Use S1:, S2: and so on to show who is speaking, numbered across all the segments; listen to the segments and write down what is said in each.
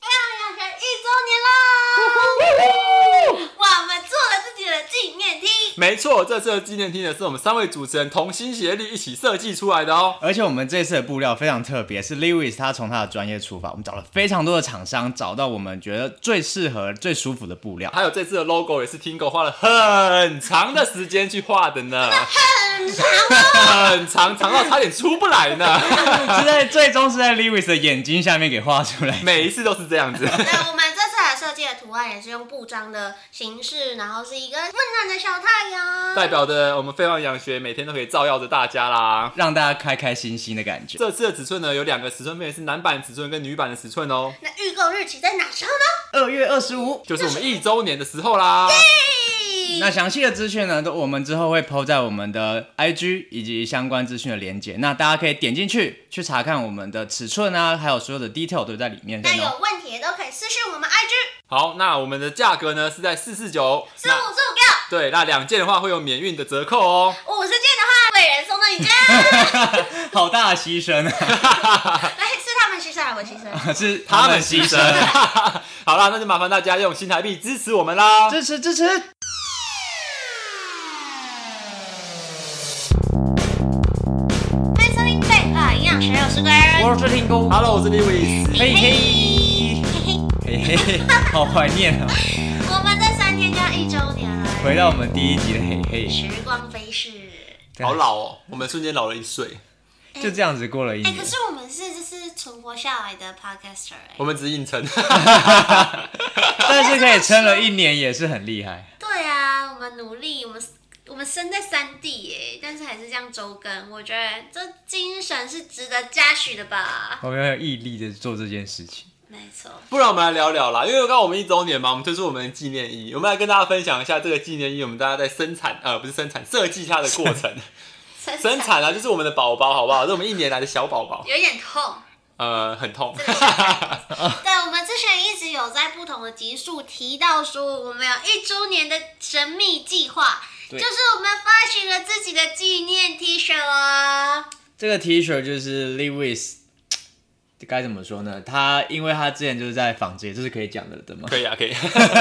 S1: 哎
S2: 没错，这次的纪念厅呢，是我们三位主持人同心协力一起设计出来的哦。
S3: 而且我们这次的布料非常特别，是 Lewis 他从他的专业出发，我们找了非常多的厂商，找到我们觉得最适合、最舒服的布料。
S2: 还有这次的 logo 也是 Tingo 花了很长的时间去画的呢，很长，很长，长到差点出不来呢。
S3: 是在最终是在 Lewis 的眼睛下面给画出来。
S2: 每一次都是这样子。
S1: 那我们这次来设计的图案也是用布章的形式，然后是一个温暖的小太阳。
S2: 代表着我们飞望养学每天都可以照耀着大家啦。
S3: 让大家开开心心的感觉。
S2: 这次的尺寸呢有两个尺寸，分别是男版尺寸跟女版的尺寸哦，
S1: 那预购日期在哪时候呢？
S3: 二月二十五，
S2: 就是我们一周年的时候啦。
S3: 那详细的资讯呢，都我们之后会 PO 在我们的 IG 以及相关资讯的连接，那大家可以点进去去查看我们的尺寸啊，还有所有的 detail 都在里面。
S1: 那
S3: 对吗
S1: 有问题也都可以私信我们 IG
S2: 好，那我们的价格呢是在四四九，
S1: 四五
S2: 那
S1: 四五六，
S2: 对，那两件的话会有免运的折扣哦。
S1: 五十件的话，贵人送到 你家。
S3: 好大的牺牲啊，
S1: 来，哎是他们牺牲还是我牺牲？
S3: 是
S2: 他
S3: 们
S2: 们
S3: 牺
S2: 牺
S3: 牲
S2: 牲。 好啦，那就麻烦大家用新台币支持我们啦。
S3: 支持支持。
S1: 欢迎收听贝尔营养学，我是贵人。
S3: 我是听工，
S2: Hello，我是 Lewis。
S3: 嘿嘿，
S1: 嘿嘿，
S3: 嘿嘿嘿，好怀念啊！
S1: 我们这三天就要一周年了，
S3: 回到我们第一集的嘿嘿，
S1: 时光飞逝。
S2: 好老哦，我们瞬间老了一岁。
S3: 就这样子过了一
S1: 哎、
S3: 年
S1: 可。是我们是就是存活下来的 podcaster 哎、
S2: 我们只是硬 撑，
S3: 但是可以撑了一年也是很厉害。
S1: 对啊，我们努力，我们我们身在三地哎，但是还是这样周更，我觉得这精神是值得嘉许的吧？
S3: 我们要有毅力的做这件事情。
S1: 没错，
S2: 不然我们来聊聊啦。因为刚刚我们一周年嘛，我们推出我们的纪念衣，我们来跟大家分享一下这个纪念衣，我们大家在生产呃不是生产设计它的过 程。
S1: 生
S2: 生产啊，就是我们的宝宝，好不好？是我们一年来的小宝宝，
S1: 有点 痛。
S2: 呃，很痛。
S1: 对，我们之前一直有在不同的集数提到说，我们有一周年的神秘计划，就
S3: 对
S1: 是我们发行了自己的纪念 T 恤哦啦。
S3: 这个 T 恤就是 Lewis，该怎么说呢？他因为他之前就是在纺织业，这是可以讲的的吗？
S2: 可以啊，可以。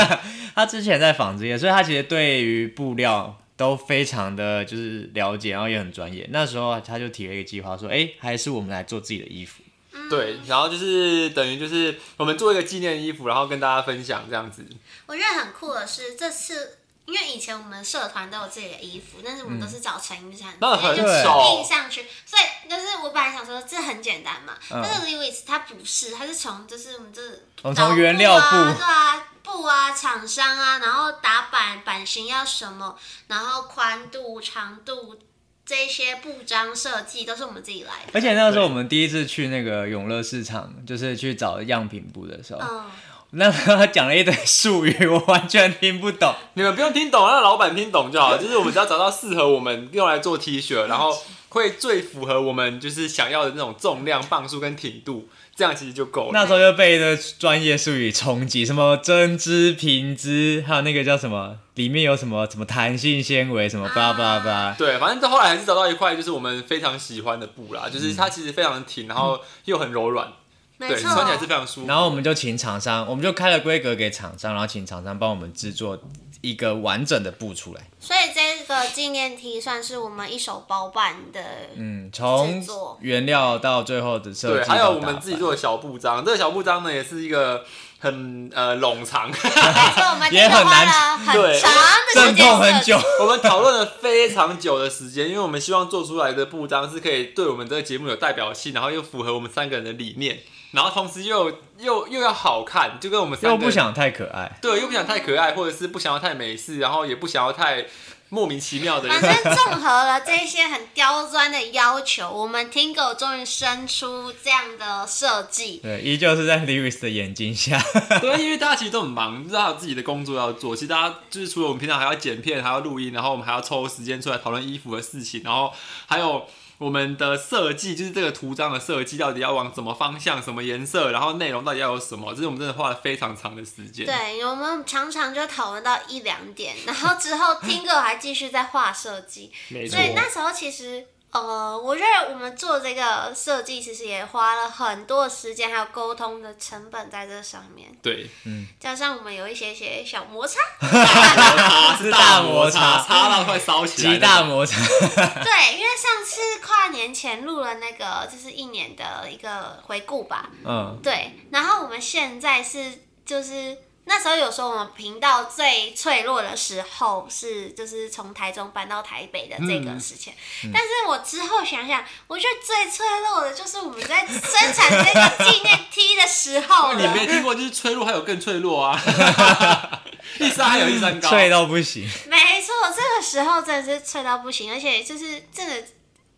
S3: 他之前在纺织业，所以他其实对于布料都非常的就是了解，然后也很专业。那时候他就提了一个计划，说：“哎、还是我们来做自己的衣服。
S2: 对，然后就是等于就是我们做一个纪念衣服，然后跟大家分享这样子。
S1: 我觉得很酷的是，这次因为以前我们社团都有自己的衣服，但是我们都是找成衣厂，
S2: 那很
S1: 就
S2: 少
S1: 印上去。所以就是我本来想说这很简单嘛，
S3: 嗯
S1: 但是 Lewis 他不是，他是从就是我们这
S3: 我们
S1: 找
S3: 从原料
S1: 布啊
S3: 布
S1: 对啊。布啊，厂商啊，然后打版版型要什么，然后宽度、长度这些布章设计都是我们自己来的。
S3: 而且那时候我们第一次去那个永乐市场，就是去找样品布的时候，
S1: 嗯，
S3: 那时候他讲了一堆术语，我完全听 不懂。
S2: 你们不用听懂，让老板听懂就好。就是我们只要找到适合我们用来做 T 恤，然后会最符合我们就是想要的那种重量、磅数跟挺度，这样其实就够了。
S3: 那时候就被一堆专业术语冲击，什么针织、平织，还有那个叫什么，里面有什么什么弹性纤维，什么
S1: 啊
S3: 巴拉巴拉巴拉。
S2: 对，反正到后来还是找到一块就是我们非常喜欢的布啦，
S3: 嗯
S2: 就是它其实非常挺，然后又很柔软，
S1: 嗯没
S2: 对，
S1: 错，
S2: 穿起来是非常舒服。
S3: 然后我们就请厂商，我们就开了规格给厂商，然后请厂商帮我们制作一个完整的布出来。
S1: 所以这个纪念 T 算是我们一手包办的，
S3: 嗯，从
S1: 制作
S3: 原料到最后的设
S2: 对，
S3: 计，
S2: 还有我们自己，做的小布章，这个小布章呢也是一个很呃冗长，
S1: 所以我们
S3: 也很
S1: 真
S3: 难
S1: 的花了很
S2: 对
S1: 长的时
S3: 阵
S1: 间
S3: 痛很
S1: 设计
S3: 久。
S2: 我们讨论了非常久的时间，因为我们希望做出来的布章是可以对我们这个节目有代表性，然后又符合我们三个人的理念，然后同时又又又要好看，就跟我们三
S3: 又
S2: 个人
S3: 不想太可爱，
S2: 对，又不想太可爱，或者是不想要太美式，然后也不想要太莫名其妙的
S1: 反
S2: 人。
S1: 正综合了这些很刁钻的要求，我们 Tingo 终于生出这样的设计。
S3: 对，依旧是在 Lewis 的眼 睛下。
S2: 对，因为大家其实都很忙，知道有自己的工作要做。其实大家就是除了我们平常还要剪片，还要录音，然后我们还要抽时间出来讨论衣服的事情，然后还有我们的设计，就是这个图章的设计到底要往什么方向、什么颜色，然后内容到底要有什么，这是我们真的花了非常长的时间。
S1: 对，我们常常就讨论到一两点，然后之后 Tingo 还继续在画设计，
S2: 没
S1: 所以那时候其实呃，我觉得我们做这个设计，其实也花了很多的时间，还有沟通的成本在这上面，
S2: 对，
S1: 加上我们有一些些小摩 擦。
S2: 啊
S3: 嗯是大摩
S2: 擦，
S3: 擦
S2: 擦到快烧起来，
S3: 极大，摩擦，
S1: 对，因为上次跨年前录了那个，就是一年的一个回顾吧。
S3: 嗯，
S1: 对，然后我们现在是就是那时候有说我们频道最脆弱的时候是就是从台中搬到台北的这个事情，但是我之后想想，我觉得最脆弱的就是我们在生产那个纪念 T 的时 候
S2: 你没
S1: 了，
S2: 听过，就是脆弱还有更脆弱 啊，一山还有一山高，
S3: 脆到不 行，
S1: 没错，这个时候真的是脆到不行，而且就是真的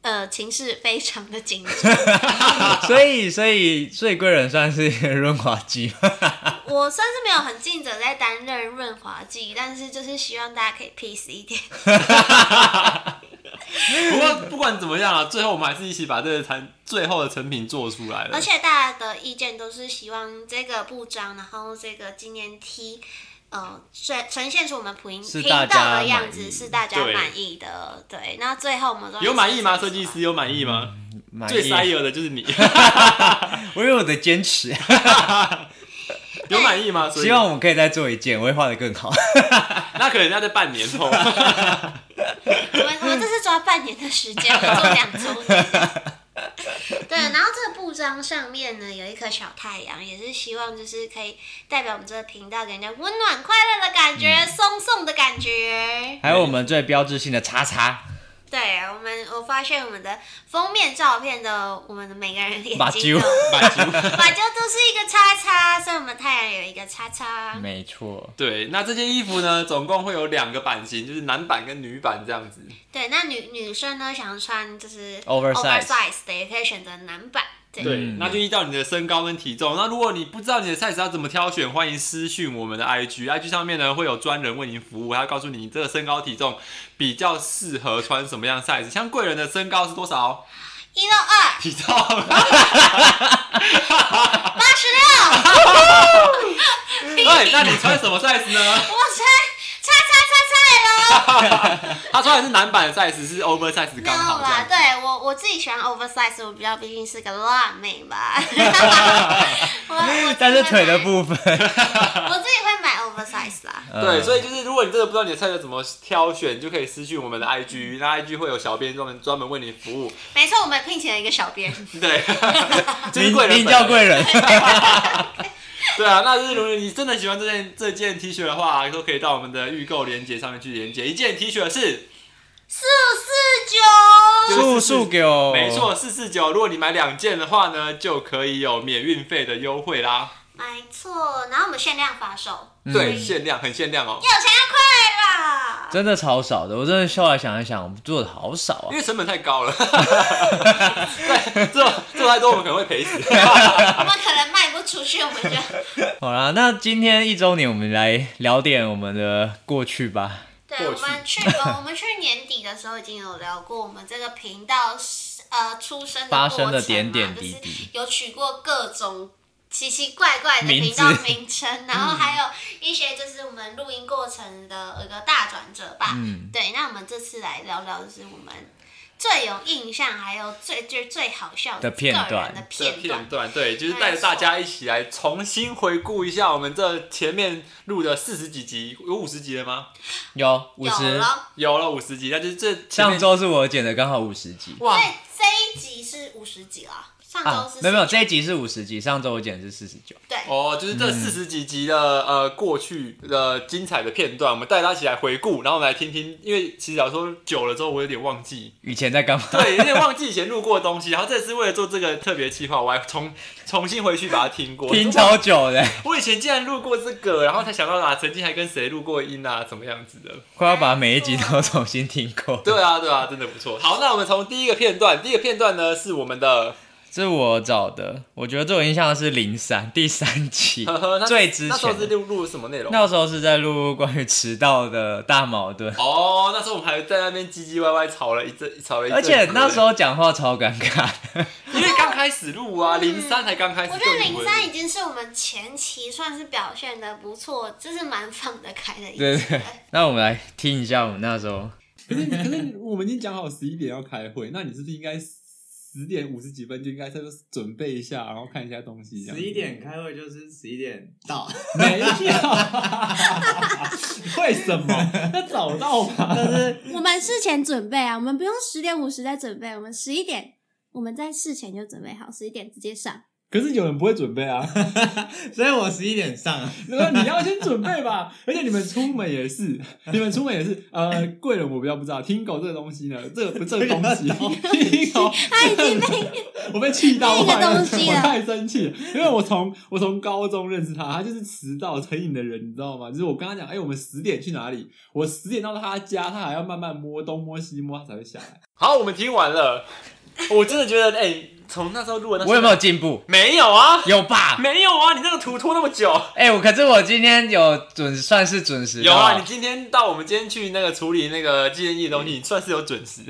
S1: 呃情势非常的紧张。
S3: 所以所以醉贵人算是一 个润滑剂，
S1: 我算是没有很尽责在担任润滑剂，但是就是希望大家可以 peace 一点。
S2: 不过不管怎么样啊，最后我们还是一起把这个产最后的成品做出来了
S1: 而。且大家的意见都是希望这个布章，然后这个纪念 T，呃，呈呈现出我们普音
S3: 是
S1: 频
S3: 大
S1: 道
S3: 家
S1: 的样
S3: 满意
S1: 子，是大家
S2: 对
S1: 满意的。对，那最后我们终于
S2: 有满意吗？
S1: 设
S2: 设
S1: 计
S2: 计
S1: 出来
S2: 师有满意吗？
S3: 嗯满
S2: 最
S3: 意
S2: 塞油的就是你，
S3: 我有我的坚持，
S2: 有满意吗？ 所以
S3: 希望我们可以再做一件，我会画的更好。
S2: 那可能要在半年 后。
S1: 我们我们这是抓半年的时 间，我们做两周年。对，然后这个布章上面呢有一颗小太阳，也是希望就是可以代表我们这个频道给人家温暖、快乐的感觉、
S3: 嗯
S1: 松松的感觉。
S3: 还有我们最标志性的叉叉，
S1: 对，我们我发现我们的封面照片的我们的每个人眼
S3: 把
S1: 睛
S3: 揪
S1: 都，
S2: 满足
S1: 把就都是一个叉叉，所以我们太阳有一个叉叉。
S3: 没错，
S2: 对，那这件衣服呢，总共会有两个版型，就是男版跟女版这样子。
S1: 对，那女女生呢想穿就是
S3: Oversize
S1: oversize 的，也可以选择男版。对，
S2: 对，
S3: 嗯
S2: 那就依照你的身高跟体重。那如果你不知道你的 size 要怎么挑选，欢迎私讯我们的 IG，IG 上面呢会有专人为您服务，他会告诉你你这个身高体重比较适合穿什么样的 size。像贵人的身高是多少？哎
S1: 一到二
S2: 体 重
S1: 八十六，
S2: 对，那你穿什么 size 呢？
S1: 我穿叉叉叉叉 L。
S2: 他穿的是男版的 size，是 oversize
S1: 没
S2: 刚
S1: 有
S2: 好这
S1: 啦
S2: 样，。
S1: 对我我自己喜欢 oversize，我比较毕竟是个辣妹吧。我我
S3: 但是腿的
S1: 不，
S3: 部
S1: 我自
S3: 分，
S1: 己会买 oversize 啦。
S2: 对，所
S3: 以
S2: 以就是如果你真的不知道你的 size 要怎么挑选，就可以私讯我们的 IG，那 IG 会有小编专门专门为你服务。
S1: 没错，我们聘请了一个小编。
S2: 对，就是
S3: 名
S2: 贵人
S3: 名
S2: 本
S3: 叫
S2: 人
S3: 贵人，
S2: 对啊，那就是如果你真的喜欢这件这件 T 恤的话，都可以到我们的预购链接上面去连接。一件 T 恤是，
S1: 四四九，
S2: 就是
S3: 速速给我，
S2: 没错，四四九。如果你买两件的话呢，就可以有免运费的优惠啦。
S1: 没错。然后我们限量发售，
S3: 嗯
S2: 对，限量，很限量哦，
S1: 有钱要快啦！
S3: 真的超少的，我真的后来想一想，我们做的好少啊
S2: 因。为成本太高了。 对，做做太多我们可能会赔死。
S1: 我们可能卖不出去，我们就
S3: 好啦，那今天一周年，我们来聊点我们的过去吧。
S1: 对。我们去呃我们去年底的时候已经有聊过我们这个频道是呃出生的
S3: 发
S1: 过
S3: 生
S1: 程
S3: 的
S1: 嘛，
S3: 点点滴
S1: 就
S3: 滴
S1: 是有取过各种。奇奇怪怪的
S3: 名
S1: 频道
S3: 字嗯
S1: 名 称，然后还有一些就是我们录音过程的一个大转折吧。
S3: 嗯
S1: 对，那我们这次来聊聊就是我们最有印象，还有最最最好笑
S3: 的片
S1: 个人
S3: 段
S1: 的
S2: 这
S1: 片段
S2: 片。段，对，就是带着大家一起来重新回顾一下我们这前面录的四十几集，有五十集了吗？
S3: 有五
S1: 有
S3: 十，
S1: 了，
S2: 有了五十集，那就是这前面
S3: 上周是我剪的，刚好五十集
S2: 哇
S1: 所以这一集是五十集了，上周
S3: 啊
S1: 是、，
S3: 没有没有，这一集是五十集，上周我剪的是四十九。
S1: 对，
S2: 哦，就是这四十几集的、呃过去的精彩的片段，我们带大家一起来回顾，然后我们来听听，因为其实老实说久了之后，我有点忘 记，
S3: 以前在干 嘛？
S2: 对，有点忘记以前录过的东西。然后这次为了做这个特别计划，我还重重新回去把它听 过。
S3: 听超久的，
S2: 我以前竟然录过这个，然后才想到啊，曾经还跟谁录过音啊，怎么样子的？
S3: 快要把每一集都重新听过。
S2: 对啊，对啊，真的不错。好，那我们从第一个片段，第一个片段呢是我们的，
S3: 这是我找的，我觉得最有印象的是零三第三集
S2: 呵呵，那
S3: 最值
S2: 那时候
S3: 钱
S2: 是
S3: 的。
S2: 录录什么内容？
S3: 那时候是在录关于迟到的大矛盾，
S2: 哦，那时候我们还在那边唧唧歪歪吵了一阵，吵了一阵
S3: 而
S2: 子。对
S3: 且
S2: 不对
S3: 那时候讲话超尴尬。
S2: 因为刚开始录啊，零三才刚开始
S1: 嗯我
S2: 就
S1: 觉得
S2: 以
S1: 零
S2: 为
S1: 三已经是我们前期算是表现的不错，就是蛮放得开的一
S3: 对
S1: 集
S3: 对
S1: 了。
S3: 那我们来听一下我们那时候
S2: 可是你可是我们已经讲好十一点要开会，那你是不是应该十点五十几分就应该再准备一下，然后看一下东西？这样
S4: 十一点开会就是十一点到，
S2: 没有？为什么？那早到吧。
S4: 但是
S5: 我们事前准备啊，我们不用十点五十再准备，我们十一点，我们在事前就准备好，十一点直接上。
S2: 可是有人不会准备啊，
S4: 所以我十一点上啊，
S2: 那你要先准备吧。 而且你们出门也 是，你们出门也是。呃，贵人我比较不知道，听狗这个东西呢，这个 不这个东西，听狗
S5: 他已经被
S2: 我被气
S5: 那
S2: 到
S5: 个
S2: 坏了，
S5: 东西
S2: 我
S5: 了
S2: 太生气了，因为我从 我从高中认识他，他就是迟到成瘾的人，你知道吗？就是我跟他讲，哎、我们十点去哪里？我十点到他家，他还要慢慢摸东摸西摸，他才会下来。好，我们听完了，我真的觉得，哎、从那时候录的
S3: 我有没有进步？
S2: 没有啊？
S3: 有吧？
S2: 没有啊！你那个图拖那么久，
S3: 哎、我可是我今天有准，算是准时
S2: 有
S3: 到
S2: 啊！你今天到我们今天去那个处理那个纪念意的东西，你算是有准时，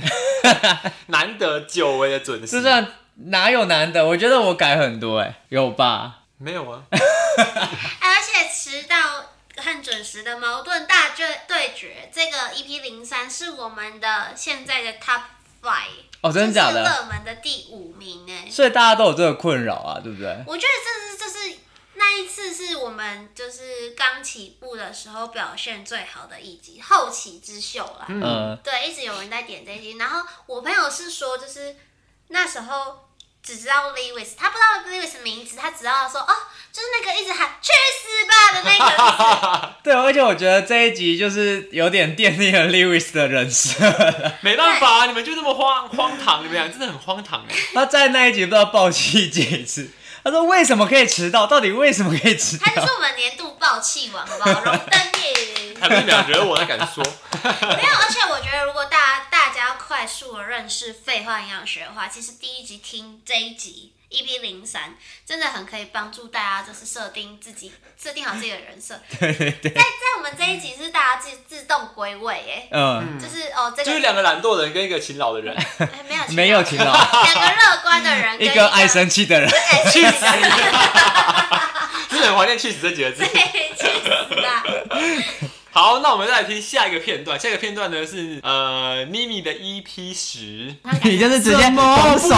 S2: 难得久违的准时。
S3: 这算哪有难的？我觉得我改很多、哎，有吧？
S2: 没有啊？
S1: 而且迟到和准时的矛盾大对对决，这个 EP 零三是我们的现在的 Top Five，
S3: 哦，真的假
S1: 这是
S3: 的？
S1: 热门的第五名哎、
S3: 所以大家都有这个困扰啊，对不对？
S1: 我觉得这是这是那一次是我们就是刚起步的时候表现最好的一集，后起之秀啦。
S3: 嗯、
S1: 对，一直有人在点这一集。然后我朋友是说，就是那时候只知道 Lewis，他不知道 Lewis 名字，他只知道说哦，就是那个一直喊“去死吧”哦的那个。
S3: 对，而且我觉得这一集就是有点奠定了 Lewis 的人设。
S2: 没办法、啊，你们就这么荒荒唐，你们俩真的很荒唐哎、
S3: 他在那一集不知道暴气几次，他说为什么可以迟到？到底为什么可以迟
S1: 他就
S3: 到
S1: 是？我们年度暴气王，好不好？荣登耶！
S2: 还不是你俩惹我，他敢说？
S1: 没有，而且我觉得如果大家大家要快速的认识废话营养学的话，其实第一集听这一集 EP 零三，真的很可以帮助大家，就是设定自己设定好自己的人设。
S3: 对对对，
S1: 在我们这一集是大家自自动归位、耶，
S3: 嗯，
S1: 就是哦，这个
S2: 就是两个懒惰的人跟一个勤劳的人，
S1: 哎没有
S3: 没有勤劳，
S1: 两个乐观的人跟
S3: 一个爱生气的人。
S1: 哎
S2: 去
S1: 去
S2: 死
S1: 死！
S2: 真的很怀念“去死”这几个字。
S1: 对，去死吧！
S2: 好，那我们再来听下一个片段。下一个片段呢是呃咪咪的 EP 十，
S4: 你就是直接
S5: 什么
S4: 拱手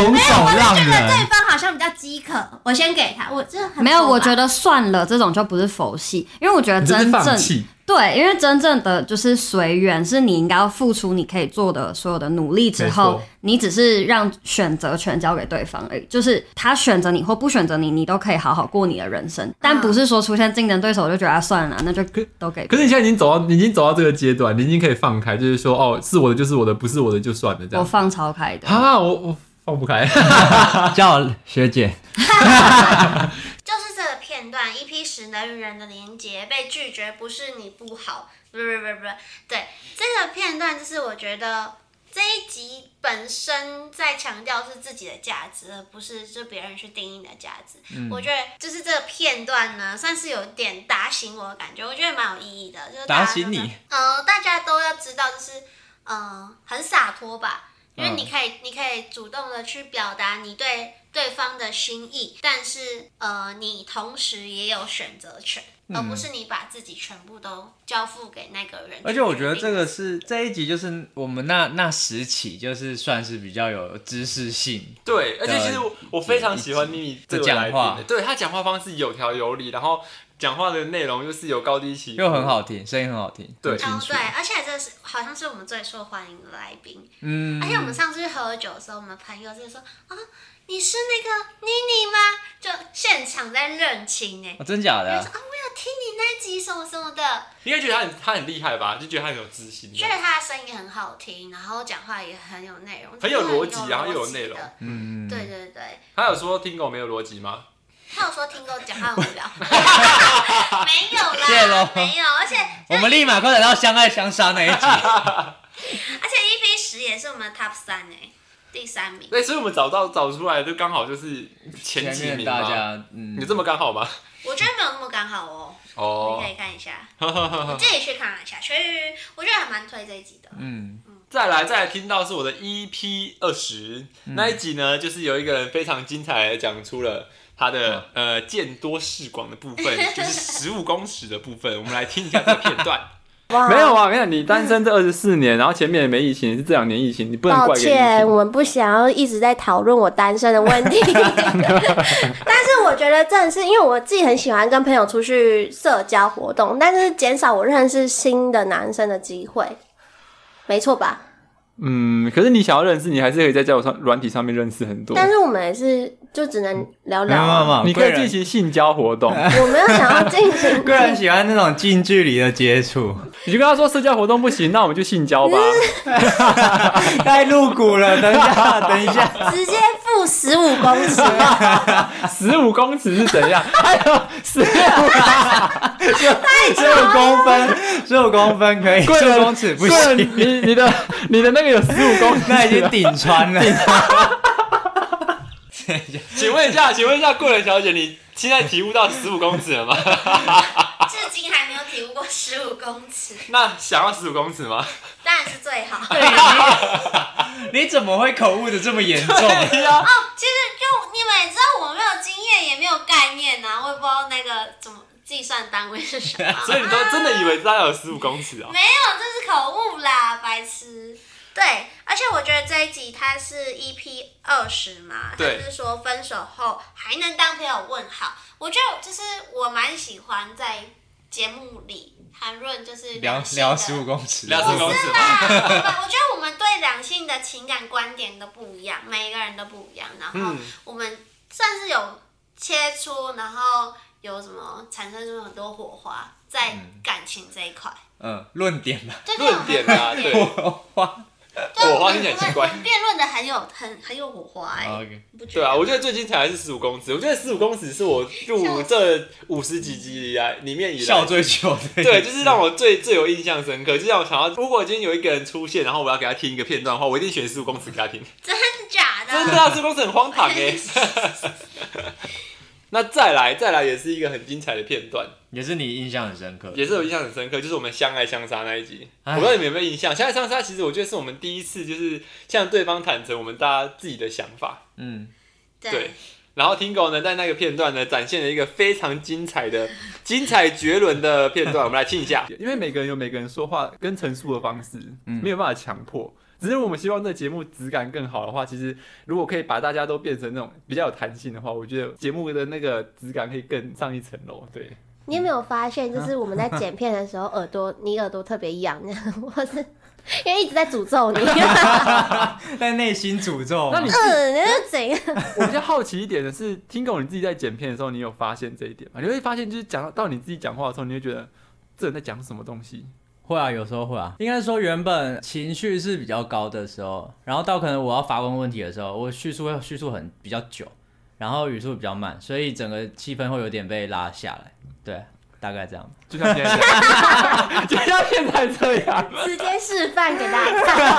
S4: 拱手让
S5: 觉得对
S4: 人，
S5: 方好像比较饥渴，我先给他，我这很
S6: 没有，我觉
S5: 得
S6: 得算了，这种就不是佛系，因为我觉得真正对，因为真正的就是随缘，是你应该要付出你可以做的所有的努力之
S4: 没
S6: 后
S4: 错，
S6: 你只是让选择权交给对方而已，就是他选择你或不选择你，你都可以好好过你的人生，
S5: 嗯
S6: 但不是说出现竞争对手我就觉得、啊、算了，那就都给
S7: 可是你现在已经走到，你已经走到这个阶段，你已经可以放开，就是说，哦，是我的就是我的，不是我的就算了，这
S6: 我
S7: 样。
S6: 放超开的。
S7: 啊，我我放不开。
S4: 叫学姐，
S1: 就是这个片段，EP 十人与人的连接被拒绝，不是你不好，不是不是不是，对，这个片段就是我觉得这一集本身在强调是自己的价值，而不是就别人去定义你的价值。
S3: 嗯
S1: 我觉得就是这个片段呢，算是有点打醒我的感觉，我觉得蛮有意义的，就是大家
S3: 打醒
S1: 就是
S3: 你，
S1: 呃，大家都要知道，就是嗯，很洒脱吧，因为
S3: 嗯
S1: 你可以，你可以主动的去表达你对对方的心意，但是呃，你同时也有选择权，
S3: 嗯
S1: 而不是你把自己全部都交付给那个人。
S3: 而且我觉得这个是这一集，就是我们那那时期，就是算是比较有知识性，
S2: 对，而且其实我我非常喜欢咪咪这个
S3: 这讲
S2: 来宾
S3: 话
S2: 的对他讲话方式有条有理，然后讲话的内容又是有高低起伏，
S3: 又很好听，声音很好听，
S2: 对
S3: 很清
S1: 哦，
S3: 楚
S1: 对。，而且这是好像是我们最受欢迎的来宾，
S3: 嗯
S1: 而且我们上次去喝酒的时候，我们朋友就说啊，你是那个妮妮吗？就现场在认亲哎、
S3: 哦，真假的
S1: 就
S3: 啊
S1: 说？啊，我有听你那集什么什么的，
S2: 应该觉得他很他很厉害吧，就觉得他很有自信。
S1: 觉得他的声音很好听，然后讲话也很有内容，
S2: 很有
S1: 就是
S2: 逻辑然后又有
S1: 逻辑
S2: 内容
S1: 的
S3: 嗯，
S1: 对对对，
S2: 他有说听狗没有逻辑吗？
S1: 他有说听够讲话很无 聊，没有啦，
S3: 谢咯
S1: 没有，而且
S3: 我们立马快点到相爱相杀那一 集。
S1: 而且 EP 十也是我们的 Top 三哎、第三名。
S2: 对，所以我们找到找出来就刚好就是前几
S3: 前面
S2: 名
S3: 大
S2: 嘛。
S3: 家，嗯，
S2: 你这么刚好吗？
S1: 我觉得没有那么刚好哦，
S2: 哦
S1: 你可以看一 下，我自己去看了一下，去，我觉得还蛮推这一集的。
S3: 嗯，
S2: 再来，再来听到是我的 EP 二十、
S8: 嗯
S2: 那一集呢，就是有一个人非常精彩的讲出了他的、
S8: 嗯
S2: 呃见多识广的部分，就是十五公尺的部分。我们来听一下这个片段。
S8: 没
S9: 没
S8: 有啊，我跟你讲，你单身这二十四年，然后前面也没疫情，是这两年疫情，你不能
S9: 抱
S8: 怪给疫情
S9: 歉，。我们不想要一直在讨论我单身的问 题。但是我觉得真的是因为我自己很喜欢跟朋友出去社交活动，但是减少我认识新的男生的机会，没错吧？
S8: 嗯，可是你想要认识，你还是可以在交友上软体上面认识很多。
S9: 但是我们也是就只能聊
S3: 没
S9: 聊
S3: 有没有没
S9: 啊、
S3: 有，
S8: 你可
S3: 贵
S8: 以
S3: 人
S8: 进行性交活动，
S9: 我没有想要进行
S3: 贵 人喜欢那种近距离的接触，
S8: 你就跟他说社交活动不行，那我们就性交 吧。
S3: 太露骨了。等一下，等一下，
S9: 直接负十五公尺，
S8: 十五公尺是怎样？哎呦，十五
S3: 只有公分，只有公分可 以，
S8: 贵
S3: 十
S8: 人
S3: 五公尺不
S8: 对，
S3: 行，
S8: 你你的你的那个有十五公尺，
S3: 那已经 顶穿了。
S2: 请问一下，请问一下，贵人小姐，你现在体悟到十五公尺了吗？
S1: 至 今还没有体悟过十五公尺，
S2: 那想要十五公尺吗？
S1: 当然是最 好。
S2: 啊
S3: 你怎么会口误的这么严重？
S1: 哦其实就你们也知道，我没有经验，也没有概念呐、我也不知道那个怎么计算单位是什么。
S2: 所以你都真的以为他有十五公尺 啊？
S1: 没有，这是口误啦，白痴。对，而且我觉得这一集它是 EP 二十嘛，它
S2: 对
S1: 就是说分手后还能当朋友？问号，我觉得就是我蛮喜欢在节目里谈论就是
S3: 聊
S1: 两性
S3: 聊
S1: 的
S3: 十五公尺，
S2: 聊15公尺
S1: 是吧？我觉得我们对两性的情感观点都不一样，每一个人都不一样。然后
S2: 嗯
S1: 我们算是有切出，然后有什么产生出很多火花在感情这一块。
S3: 嗯，论点吧。
S1: 对
S2: 论点啊，
S1: 对
S2: 对，
S1: 对
S2: 火花听起来很奇怪
S1: 我们辩论的很有很很有火花哎、
S3: OK，
S1: 你不觉
S2: 对
S1: 得？
S2: 啊，我觉得最精彩的是十五公尺，我觉得十五公尺是我录这五十几集以来里面以
S3: 笑
S2: 来。
S3: 最久的。
S2: 对，就是让我最最有印象深刻，就是让我想到，如果今天有一个人出现，然后我要给他听一个片段的话，我一定选十五公尺给他听。
S1: 真的假的？
S2: 真的啊，十五公尺很荒唐哎、那再来，再来也是一个很精彩的片段，
S3: 也是你印象很深刻，
S2: 也是我印象很深刻，就是我们相爱相杀那一集。我
S3: 哎
S2: 不知道你们有没有印象，相爱相杀其实我觉得是我们第一次就是向对方坦诚我们大家自己的想法。
S3: 嗯，
S2: 对，然后 Tingo 呢，在那个片段呢，展现了一个非常精彩的、精彩绝伦的片段，我们来听一下。
S8: 因为每个人有每个人说话跟陈述的方式，
S3: 嗯
S8: 没有办法强迫。只是我们希望这节目质感更好的话，其实如果可以把大家都变成那种比较有弹性的话，我觉得节目的那个质感可以更上一层楼。对，
S9: 你有没有发现，就是我们在剪片的时候，耳朵你耳朵特别痒， 我是因为一直在诅咒你，
S3: 在内心诅咒嘛。
S8: 那你
S9: 嗯，你是怎样？
S8: 我比较好奇一点的是，听狗你自己在剪片的时候，你有发现这一点吗？你会发现，就是讲到到你自己讲话的时候，你会觉得这人在讲什么东西？
S3: 会啊，有时候会啊。应该说，原本情绪是比较高的时候，然后到可能我要发问问题的时候，我叙述会叙述很比较久，然后语速比较慢，所以整个气氛会有点被拉下来。对，大概这样。
S8: 就像现在这样， 就像现在这样。
S9: 直接示范给大家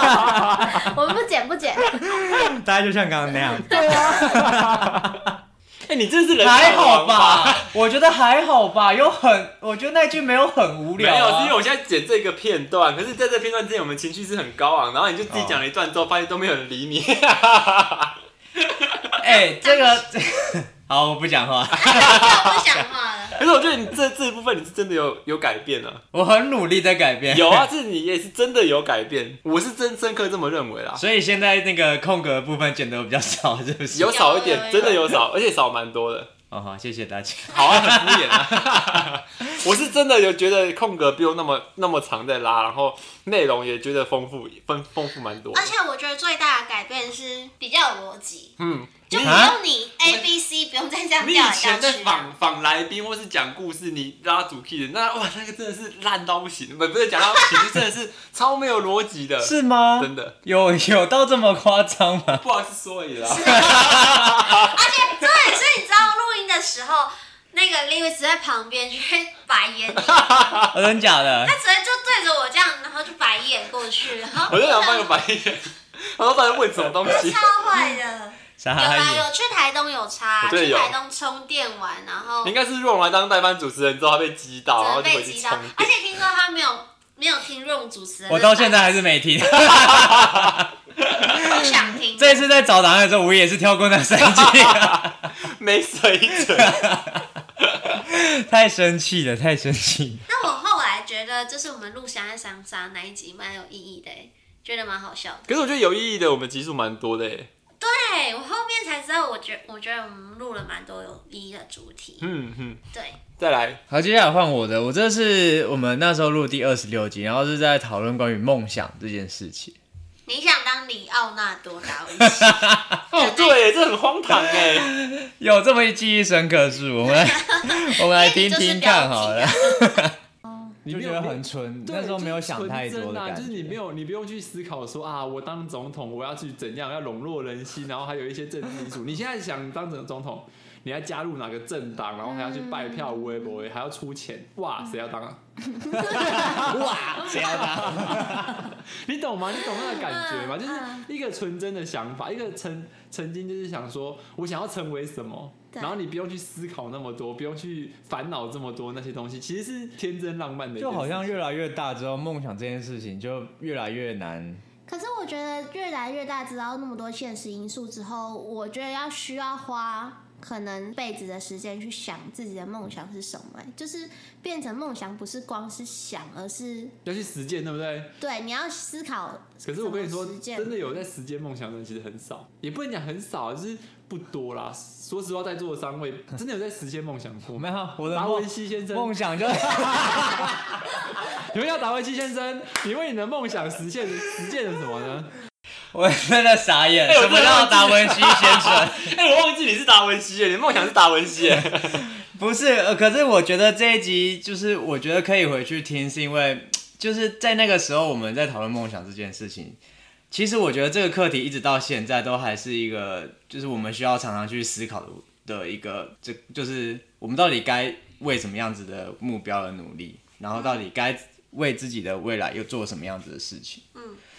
S9: 看， 我们不剪不剪，
S3: 大概就像刚刚那样。
S2: 哎、你真是人
S3: 还
S2: 才
S3: 好
S2: 王八？
S3: 吧，我觉得还好吧，有很，我觉得那句没有很无
S2: 没
S3: 聊、
S2: 有，是因为
S3: 啊。
S2: 我现在剪这个片段，可是在这片段之前，我们情绪是很高昂，然后你就
S8: 哦
S2: 自己讲了一段之后，发现都没有人理你。
S3: 哎、这个，好，我不讲话，
S1: 我不讲话了。
S2: 可是我觉得你这这一部分你是真的有有改变啊，
S3: 我很努力在改变。
S2: 有 啊，这你也是真的有改变，我是真深刻这么认为啦，
S3: 所以现在那个空格的部分剪得比较少，是不是？
S2: 有少一
S1: 有有
S2: 点，
S1: 有
S2: 真的有少，而且少蛮多的。
S3: 哦，好，谢谢大家。
S2: 好啊，很敷衍啊！ 我是真的有觉得空格不用那么那么长在拉，然后内容也觉得丰富，丰丰富蛮多的
S1: 而。且我觉得最大的改变是比较有逻辑，
S2: 嗯，
S1: 就不
S2: 你
S1: 用你 A B C，不用再这样
S2: 你
S1: 掉
S2: 以
S1: 来掉
S2: 前在
S1: 去啊。
S2: 访访来宾或是讲故事，你拉主 key 的那哇，那个真的是烂到不行，不不是讲到不行，就真的是超没有逻辑的，
S3: 是啊吗？
S2: 真的
S3: 有 有到这么夸张吗？
S2: 不好意思说而已啦。
S1: 对，所以你知道录音的时候，那个 Lewis 在旁边就会白眼你，他
S3: 哦真假的？
S1: 直接就对着我这样，然后就白眼过去，然后
S2: 我就想翻个白眼，我说到底问什么东西？
S1: 超坏的。
S3: 啥
S1: 有啦，
S3: 意思？
S1: 有啊去台东有差，
S2: 我觉得
S1: 去
S2: 有
S1: 台东充电玩，然后
S2: 应该是润完当代班主持人之后，他被击倒，然后
S1: 准
S2: 就
S1: 备
S2: 回去
S1: 击
S2: 充
S1: 倒，而
S2: 电。
S1: 且听说他没有没有听润主持人，
S3: 我到现在还是没听。
S1: 不想听。
S3: 这一次在找答案的时候，我也是跳过那三 句，啊
S2: 没水准。
S3: 太生气了，太生气。
S1: 那我后来觉得就是我们录《相爱相杀》那一集蛮有意义的欸，觉得蛮好笑的。
S2: 可是我觉得有意义的，我们集数蛮多的耶。
S1: 对我后面才知道，我觉我觉得我们录了蛮多有意义的主题。
S2: 嗯嗯，
S1: 对，
S2: 再来，
S3: 好，接下来换我的，我这是我们那时候录第二十六集，然后是在讨论关于梦想这件事情。
S1: 你想当里奥纳多达文 西？
S2: 哦，对耶，这很荒唐哎。
S3: 有这么一记忆深刻是我 们来我们来
S1: 哎
S3: 听听看好了，
S1: 啊 哦
S8: 你
S3: 就
S8: 没
S3: 觉
S8: 有
S3: 得很纯，
S8: 对
S3: 那时候没有
S8: 就是
S3: 想太多
S8: 纯
S3: 的
S8: 真啊
S3: 感觉，
S8: 就是你没有，你不用去思考说啊，我当总统我要去怎样，要笼络人心，然后还有一些政治因素。你现在想当总总统，你要加入哪个政党，然后还要去拜票、微博，还要出钱，哇，谁要当啊？
S3: 哇，谁要当？
S8: 你懂吗？你懂那个感觉吗？就是一个纯真的想法，一个曾曾经就是想说，我想要成为什么，
S5: 对
S8: 然后你不用去思考那么多，不用去烦恼这么多那些东西，其实是天真浪漫的一件事情，
S3: 就好像越来越大之后，梦想这件事情就越来越难。
S5: 可是我觉得越来越大，知道那么多现实因素之后，我觉得要需要花可能辈子的时间去想自己的梦想是什么、就是变成梦想不是光是想，而是
S8: 要去实践，对不对？
S5: 对你要思考。
S8: 可是我跟你说，
S5: 实践
S8: 真的有在实践梦想的人其实很少，也不能讲很少，就是不多啦。说实话，在座的三 位真的有在实现梦想过
S3: 我们
S8: 吗？
S3: 哈，我的
S8: 达
S3: 梦
S8: 文西先生
S3: 梦，想就是
S8: 你们要达文西先生，你为你的梦想实现实践了什么呢？
S3: 我真的傻
S8: 哎
S3: 眼，什么叫达文西先生？
S2: 哎，我忘记你是达文西耶，你的梦想是达文西耶。
S3: 不是，呃可是我觉得这一集就是我觉得可以回去听，是因为就是在那个时候我们在讨论梦想这件事情。其实我觉得这个课题一直到现在都还是一个，就是我们需要常常去思考的的一个，这就是我们到底该为什么样子的目标而努力，然后到底该为自己的未来又做什么样子的事情。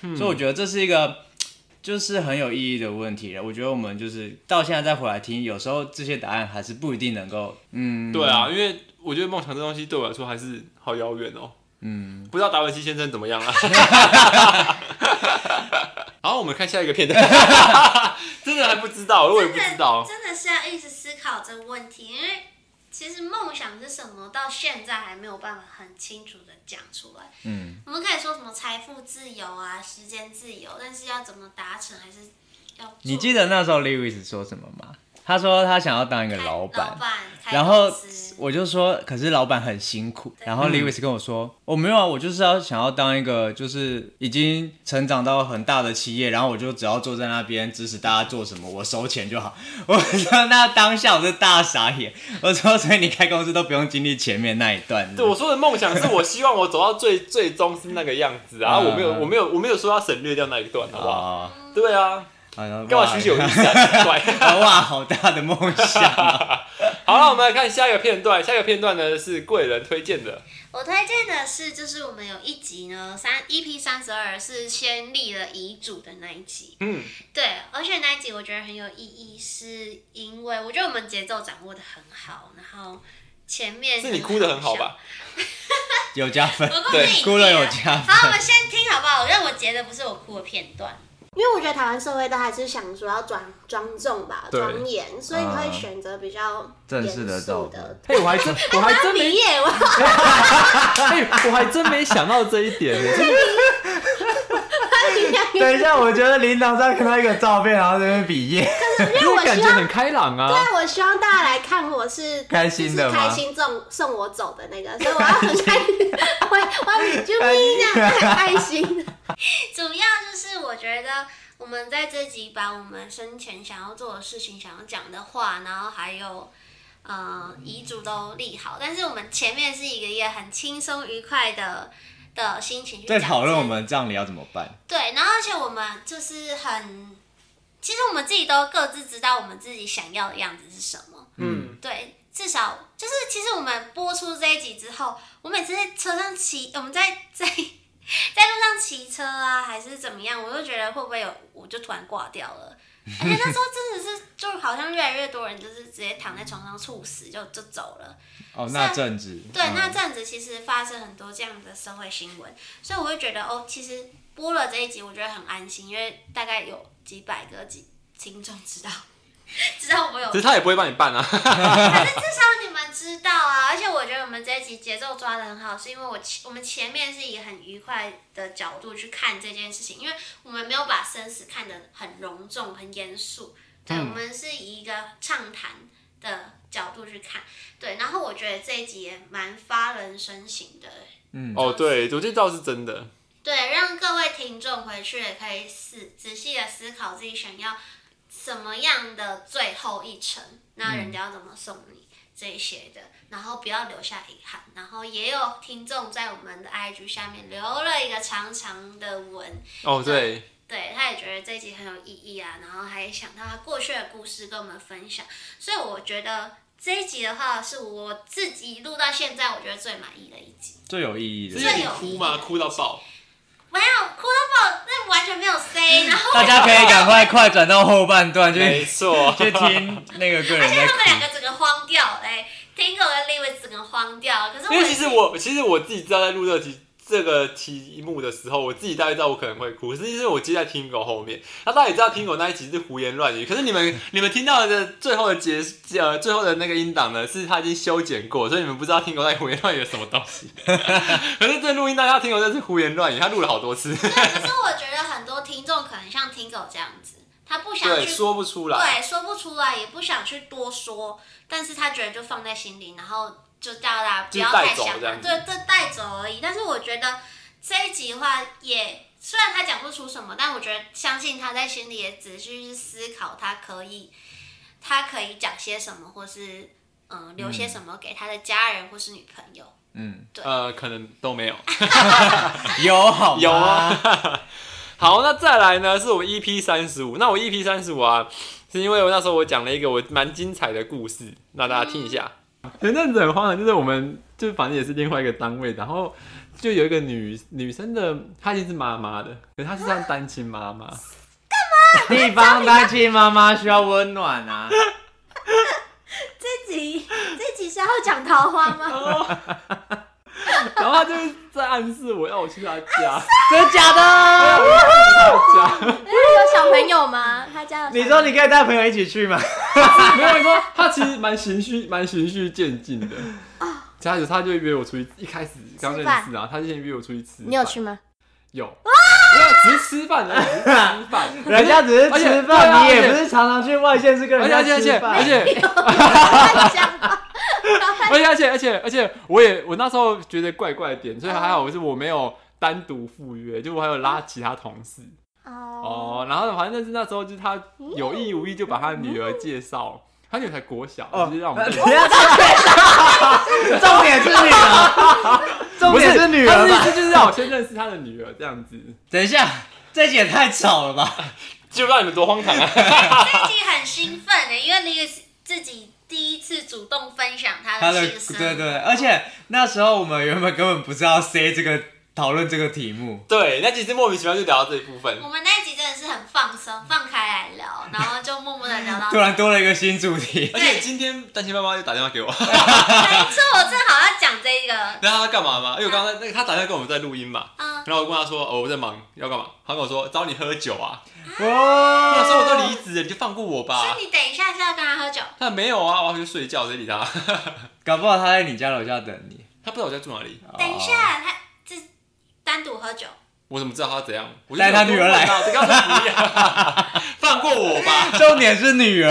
S3: 嗯，所以我觉得这是一个。就是很有意义的问题了。我觉得我们就是到现在再回来听，有时候这些答案还是不一定能够， 嗯，
S2: 对啊，因为我觉得梦想这东西对我来说还是好遥远哦。嗯，不知道达文西先生怎么样 啊。好，我们看下一个片 段。真的还不知道，我也不知道。
S1: 真的是要一直思考这个问题，因为其实梦想是什么，到现在还没有办法很清楚的讲出来。嗯，我们可以说什么财富自由啊、时间自由，但是要怎么达成，还是要做
S3: 你记得那时候 Lewis 说什么吗？他说他想要当一个
S1: 开
S3: 老
S1: 板，
S3: 板，
S1: 开
S3: 然后
S1: 公司
S3: 我就说，可是老板很辛苦。
S8: 嗯
S3: 然后 Lewis 跟我说，我、没有啊，我就是要想要当一个就是已经成长到很大的企业，然后我就只要坐在那边支持大家做什么，我收钱就好。我说那当下我是大傻眼，我说所以你开公司都不用经历前面那一段。
S2: 对我说的梦想是我希望我走到最最终是那个样子啊，
S3: 嗯
S2: 我没有我没有我没有说要省略掉那一段，好不好？
S3: 啊，
S2: 对啊，
S3: 干
S2: 干嘛寻求意思啊？奇怪。
S3: 哇，好大的梦想啊！
S2: 好了，我们来看下一个片段。下一个片段呢是贵人推荐的，
S1: 我推荐的是，就是我们有一集呢，三 EP 三十二是先立了遗嘱的那一集。
S2: 嗯，
S1: 对，而且那一集我觉得很有意义，是因为我觉得我们节奏掌握的很好，然后前面
S2: 是你哭的很好
S1: 笑
S2: 吧？？
S3: 有加分，
S1: 我
S2: 对
S1: 对
S3: 哭了有加分
S1: 好，我们先听好不好？我认为我截的不是我哭的片段。
S9: 因为我觉得台湾社会都还是想说要庄庄重吧，
S8: 对
S9: 庄严，所以你会
S3: 嗯
S9: 选择比较
S3: 正
S9: 严
S3: 式的
S9: 肃
S3: 照
S9: 的。
S8: 哎、我还真，我还 真
S9: 毕
S8: 没，
S9: 业我
S3: 啊
S8: 哎、我还真没想到这一点，我真的
S3: 等一下，我觉得林导在看到一个照片，然后在那边比耶，
S8: 因为感觉很开朗啊。
S9: 对，我希望大家来看我是
S3: 开心的
S9: 就是
S3: 吗
S9: 开心送送我走的那个，所以我要 很开心，我我要救命啊，很开心。
S1: 主要就是我觉得我们在这集把我们生前想要做的事情、想要讲的话，然后还有呃遗嘱都立好，但是我们前面是一个也很轻松愉快的的心情去
S3: 在
S1: 讲
S3: 讨论
S1: 这
S3: 我们葬礼要怎么办。
S1: 对，然后而且我们就是很，其实我们自己都各自知道我们自己想要的样子是什么。
S2: 嗯，
S1: 对，至少就是其实我们播出这一集之后，我每次在车上骑，我们在在在路上骑车啊，还是怎么样，我就觉得会不会有，我就突然挂掉了。而且那时候真的是，就好像越来越多人就是直接躺在床上猝死就就走了。
S3: 哦，
S1: 那
S3: 那阵子，
S1: 对，那
S3: 嗯
S1: 这样子其实发生很多这样的社会新闻，所以我会觉得哦，其实播了这一集，我觉得很安心，因为大概有几百个几听众知道，知道我有，
S2: 只是他也不会帮你办啊。
S1: 反正至少你们知道啊，而且我觉得我们这一集节奏抓的很好，是因为我前我们前面是以很愉快的角度去看这件事情，因为我们没有把生死看得很隆重、很严肃，对，
S2: 嗯
S1: 我们是以一个畅谈的角度去看，对，然后我觉得这一集也蛮发人深省的，
S2: 哦，对，我觉得倒是真的。
S1: 对，让各位听众回去也可以思仔细的思考自己想要什么样的最后一程，那人家要怎么送你这一些的，然后不要留下遗憾。然后也有听众在我们的 IG 下面留了一个长长的文，
S2: 哦，对，
S1: 对，他也觉得这一集很有意义啊，然后还想到他过去的故事跟我们分享，所以我觉得这一集的话是我自己录到现在我觉得最满意的一集。
S3: 最有意义的
S2: 是因为你哭吗？哭到爆。
S1: 没有哭到爆，那完全没有 C，然后
S3: 大家可以赶快快转到后半段去
S2: 没错，
S3: 去听那个个人在
S1: 他们两
S3: 哭。
S1: 个整个慌掉，哎、t i n g o 跟 l e w i s 整个慌掉。可是我
S2: 因为其实我其实我自己知道在录这题这个题目的时候，我自己大概知道我可能会哭，可是因为我接在听狗后面，他大概也知道听狗那一集是胡言乱语，可是你们
S1: 嗯
S2: 你们听到的最后的结呃最后的那个音档呢，是他已经修剪过，所以你们不知道听狗在胡言乱语是什么东 西。可是这录音大家听狗真是胡言乱语，他录了好多次，
S1: 对，可是我觉得很多听众可能像 Tingo 这样子，他不想
S2: 对，
S1: 去
S2: 说不出来。
S1: 对说不出来，也不想去多说，但是他觉得就放在心里，然后就叫大家不
S2: 就是
S1: 要
S2: 带
S1: 太
S2: 走
S1: 想
S2: 这
S1: 了，
S2: 样子
S1: 对，这带走而已。但是我觉得这一集的话也。虽然他讲不出什么，但我觉得相信他在心里也仔细去思考，他可以，他可以讲些什么，或是嗯、呃留些什么给他的家人或是女朋友。
S3: 嗯，
S2: 呃，可能都没有。
S3: 有好吗
S2: 有啊。 好，那再来呢，是我 EP 三十五。那我 EP 三十五啊，是因为我那时候我讲了一个我蛮精彩的故事，那大家听一下。前阵子很荒唐，就是我们就反正也是另外一个单位，然后就有一个女女生的，她已经是妈妈的，可是她是算单亲妈 妈。
S3: 地方单亲妈妈需要温暖啊。
S9: 这集这集是要讲桃花 吗？
S2: 然后她就是在暗示我要我去她家，
S3: 真的假的？
S2: 她家。
S9: 那有小朋友吗？他家有小
S3: 你说你可以带朋友一起去吗？
S2: 没有你说他其实蛮循序蛮循序渐进的。
S9: 啊
S2: 加油，他就约我出去，一开始刚认识啊，他就先约我出去吃。
S9: 你有去？吗？
S2: 有， 没有，只是吃饭而已，只是吃饭。
S3: 人家只是
S2: 而且
S3: 吃
S2: 对啊
S3: 饭，你
S2: 而且
S3: 也不是常常去外县市跟
S2: 而
S3: 人
S2: 且
S3: 家
S2: 而且而且
S3: 吃
S2: 而
S3: 饭。
S2: 且 而且而且而且而且，我也我那时候觉得怪怪的点，所以还好我是我没有单独赴约，就我还有拉其他同事。
S9: 哦，
S2: 哦，然后反正是那时候就是他有意无意就把他女儿介绍，他女儿才国小，
S3: 哦
S2: 就是让我们
S3: 不要再对 重点是女儿，重
S7: 不
S3: 点
S7: 是
S3: 是女
S2: 他
S3: 儿
S2: 的意
S3: 吧？
S2: 思就是让我先认识他的女儿这样子，
S3: 等一下，这集也太吵了吧？
S2: 就让你们多荒唐 啊！
S1: 这一集很兴奋的、因为 Lewis 自己第一次主动分享他
S3: 他
S1: 的
S3: 的
S1: 性生活，
S3: 对对，而且那时候我们原本根本不知道 C 这个讨论这个题目，
S2: 对，那其实莫名其妙就聊到这一部分
S1: 我，们那一集真的是很放松，放开来聊，然后就默默的聊 到。
S3: 突然多了一个新主题。
S2: 而且今天单亲妈妈又打电话给我，
S1: 没错，我正好要讲这个，
S2: 然后她干嘛吗？因为哎我刚才那个她打电话跟我们在录音嘛，
S1: 嗯，
S2: 然后我跟她说哦我在忙要干嘛，她跟我说找你喝酒啊，
S3: 哇
S2: 那时候我都离职了，你就放过我
S3: 啊
S1: 所
S2: 吧。
S1: 以你等一下是要跟他喝酒，
S2: 她没有啊，我要去睡觉，谁理她？
S3: 搞不好他在你家楼下等你。
S2: 她不知道我在住哪里，
S1: 等一下他这单独喝酒，
S2: 我怎么知道她怎样？我就
S3: 带她女儿来
S2: 我啊就跟她说不要 放过我吧。
S3: 重点是女儿，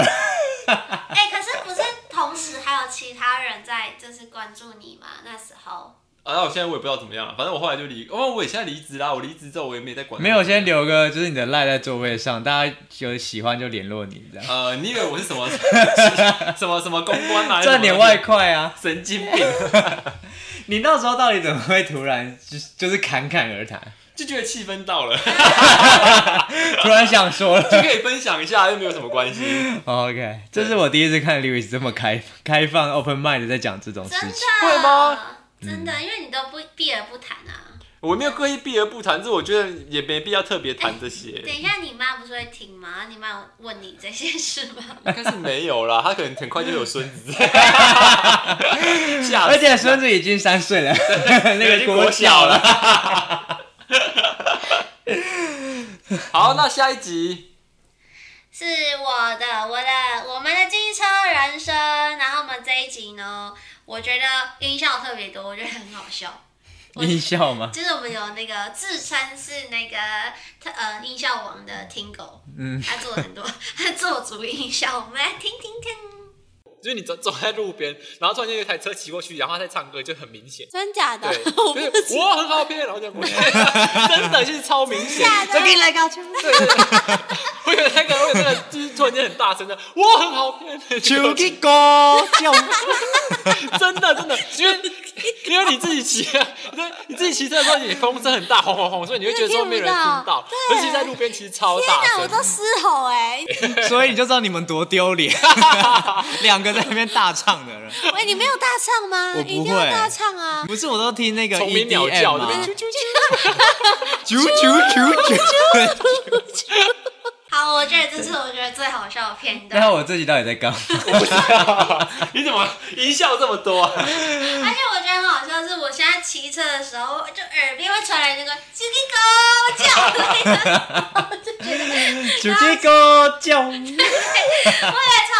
S1: 哎、可是不是同时还有其他人在就是关注你吗？那时候
S2: 啊，那我现在我也不知道怎么样了，反正我后来就离，哦，我也现在离职啦，我离职之后我也没在管。
S3: 没有先。留个就是你的赖在座位上，大家有喜欢就联络你这样，
S2: 呃，你以为我是什么什么什么公关啊？
S3: 赚点外快啊。
S2: 神经病，
S3: 你那时候到底怎么会突然就是就是侃侃而谈，
S2: 就觉得气氛到了，
S3: 突然想说了
S2: 就可以分享一下，又没有什么关系。
S3: ？OK，这是我第一次看 Lewis 这么开开放 open mind 地在讲这种事
S1: 真
S3: 情。
S1: 的
S2: 会吗？
S1: 真的，因为你都不避而不谈啊。
S2: 我没有刻意避而不谈，这我觉得也没必要特别谈这些，
S1: 等一下，你妈不是会听吗？你妈有问你这些事吗？
S2: 应该是没有啦。他可能很快就有孙子， 吓死！
S3: 而且孙子已经三岁了，那
S2: 已
S3: 个
S2: 经国
S3: 小
S2: 小了。 好，那下一集
S1: 是我的，我的，我们的机车人生。然后我们这一集呢，我觉得音效特别多，我觉得很好笑。我
S10: 音效吗？
S1: 就是我们有那个自称是那个特呃音效王的听狗，
S10: 嗯，
S1: 他做了很多， 他做足音效，我们来听听看。
S2: 就是你走走在路边，然后突然间有一台车骑过去，然后他在唱歌，就很明显。
S9: 真假的？
S2: 对，就是我很好骗，然后就过去，真的就是超明显。
S9: 我给你来高圈。
S2: 对，对对我以为那个，我以为那个就是突然间很大声的，我很好骗，
S3: 手机哥，
S2: 真的真的，因为因为你自己骑啊，对，你自己骑车的时候，你风声很大，轰轰轰，所以你会觉得说没有人听到，尤其在路边其实超大
S9: 天哪，我
S2: 声。
S9: 都嘶吼 哎、
S3: 所以你就知道你们多丢 脸，两个在那边大唱的人，
S9: 喂，你没有大唱吗？
S3: 我不
S9: 一定要
S3: 会
S9: 大唱啊！
S3: 不是我都听 那个 E
S2: 虫鸣鸟叫
S3: EDM 吗
S2: 对不？对
S3: 啾啾啾 啾，
S1: 好，我觉得这是我觉得最好笑的片段
S3: 然。后我自己到底在干嘛？
S2: 你怎么音效这么多啊？
S1: 而且我觉得很好笑，是我现在骑车的时候，就耳边会传来那个 j u 狗叫的那个，我就觉得
S3: 手机哥叫，
S1: 我也超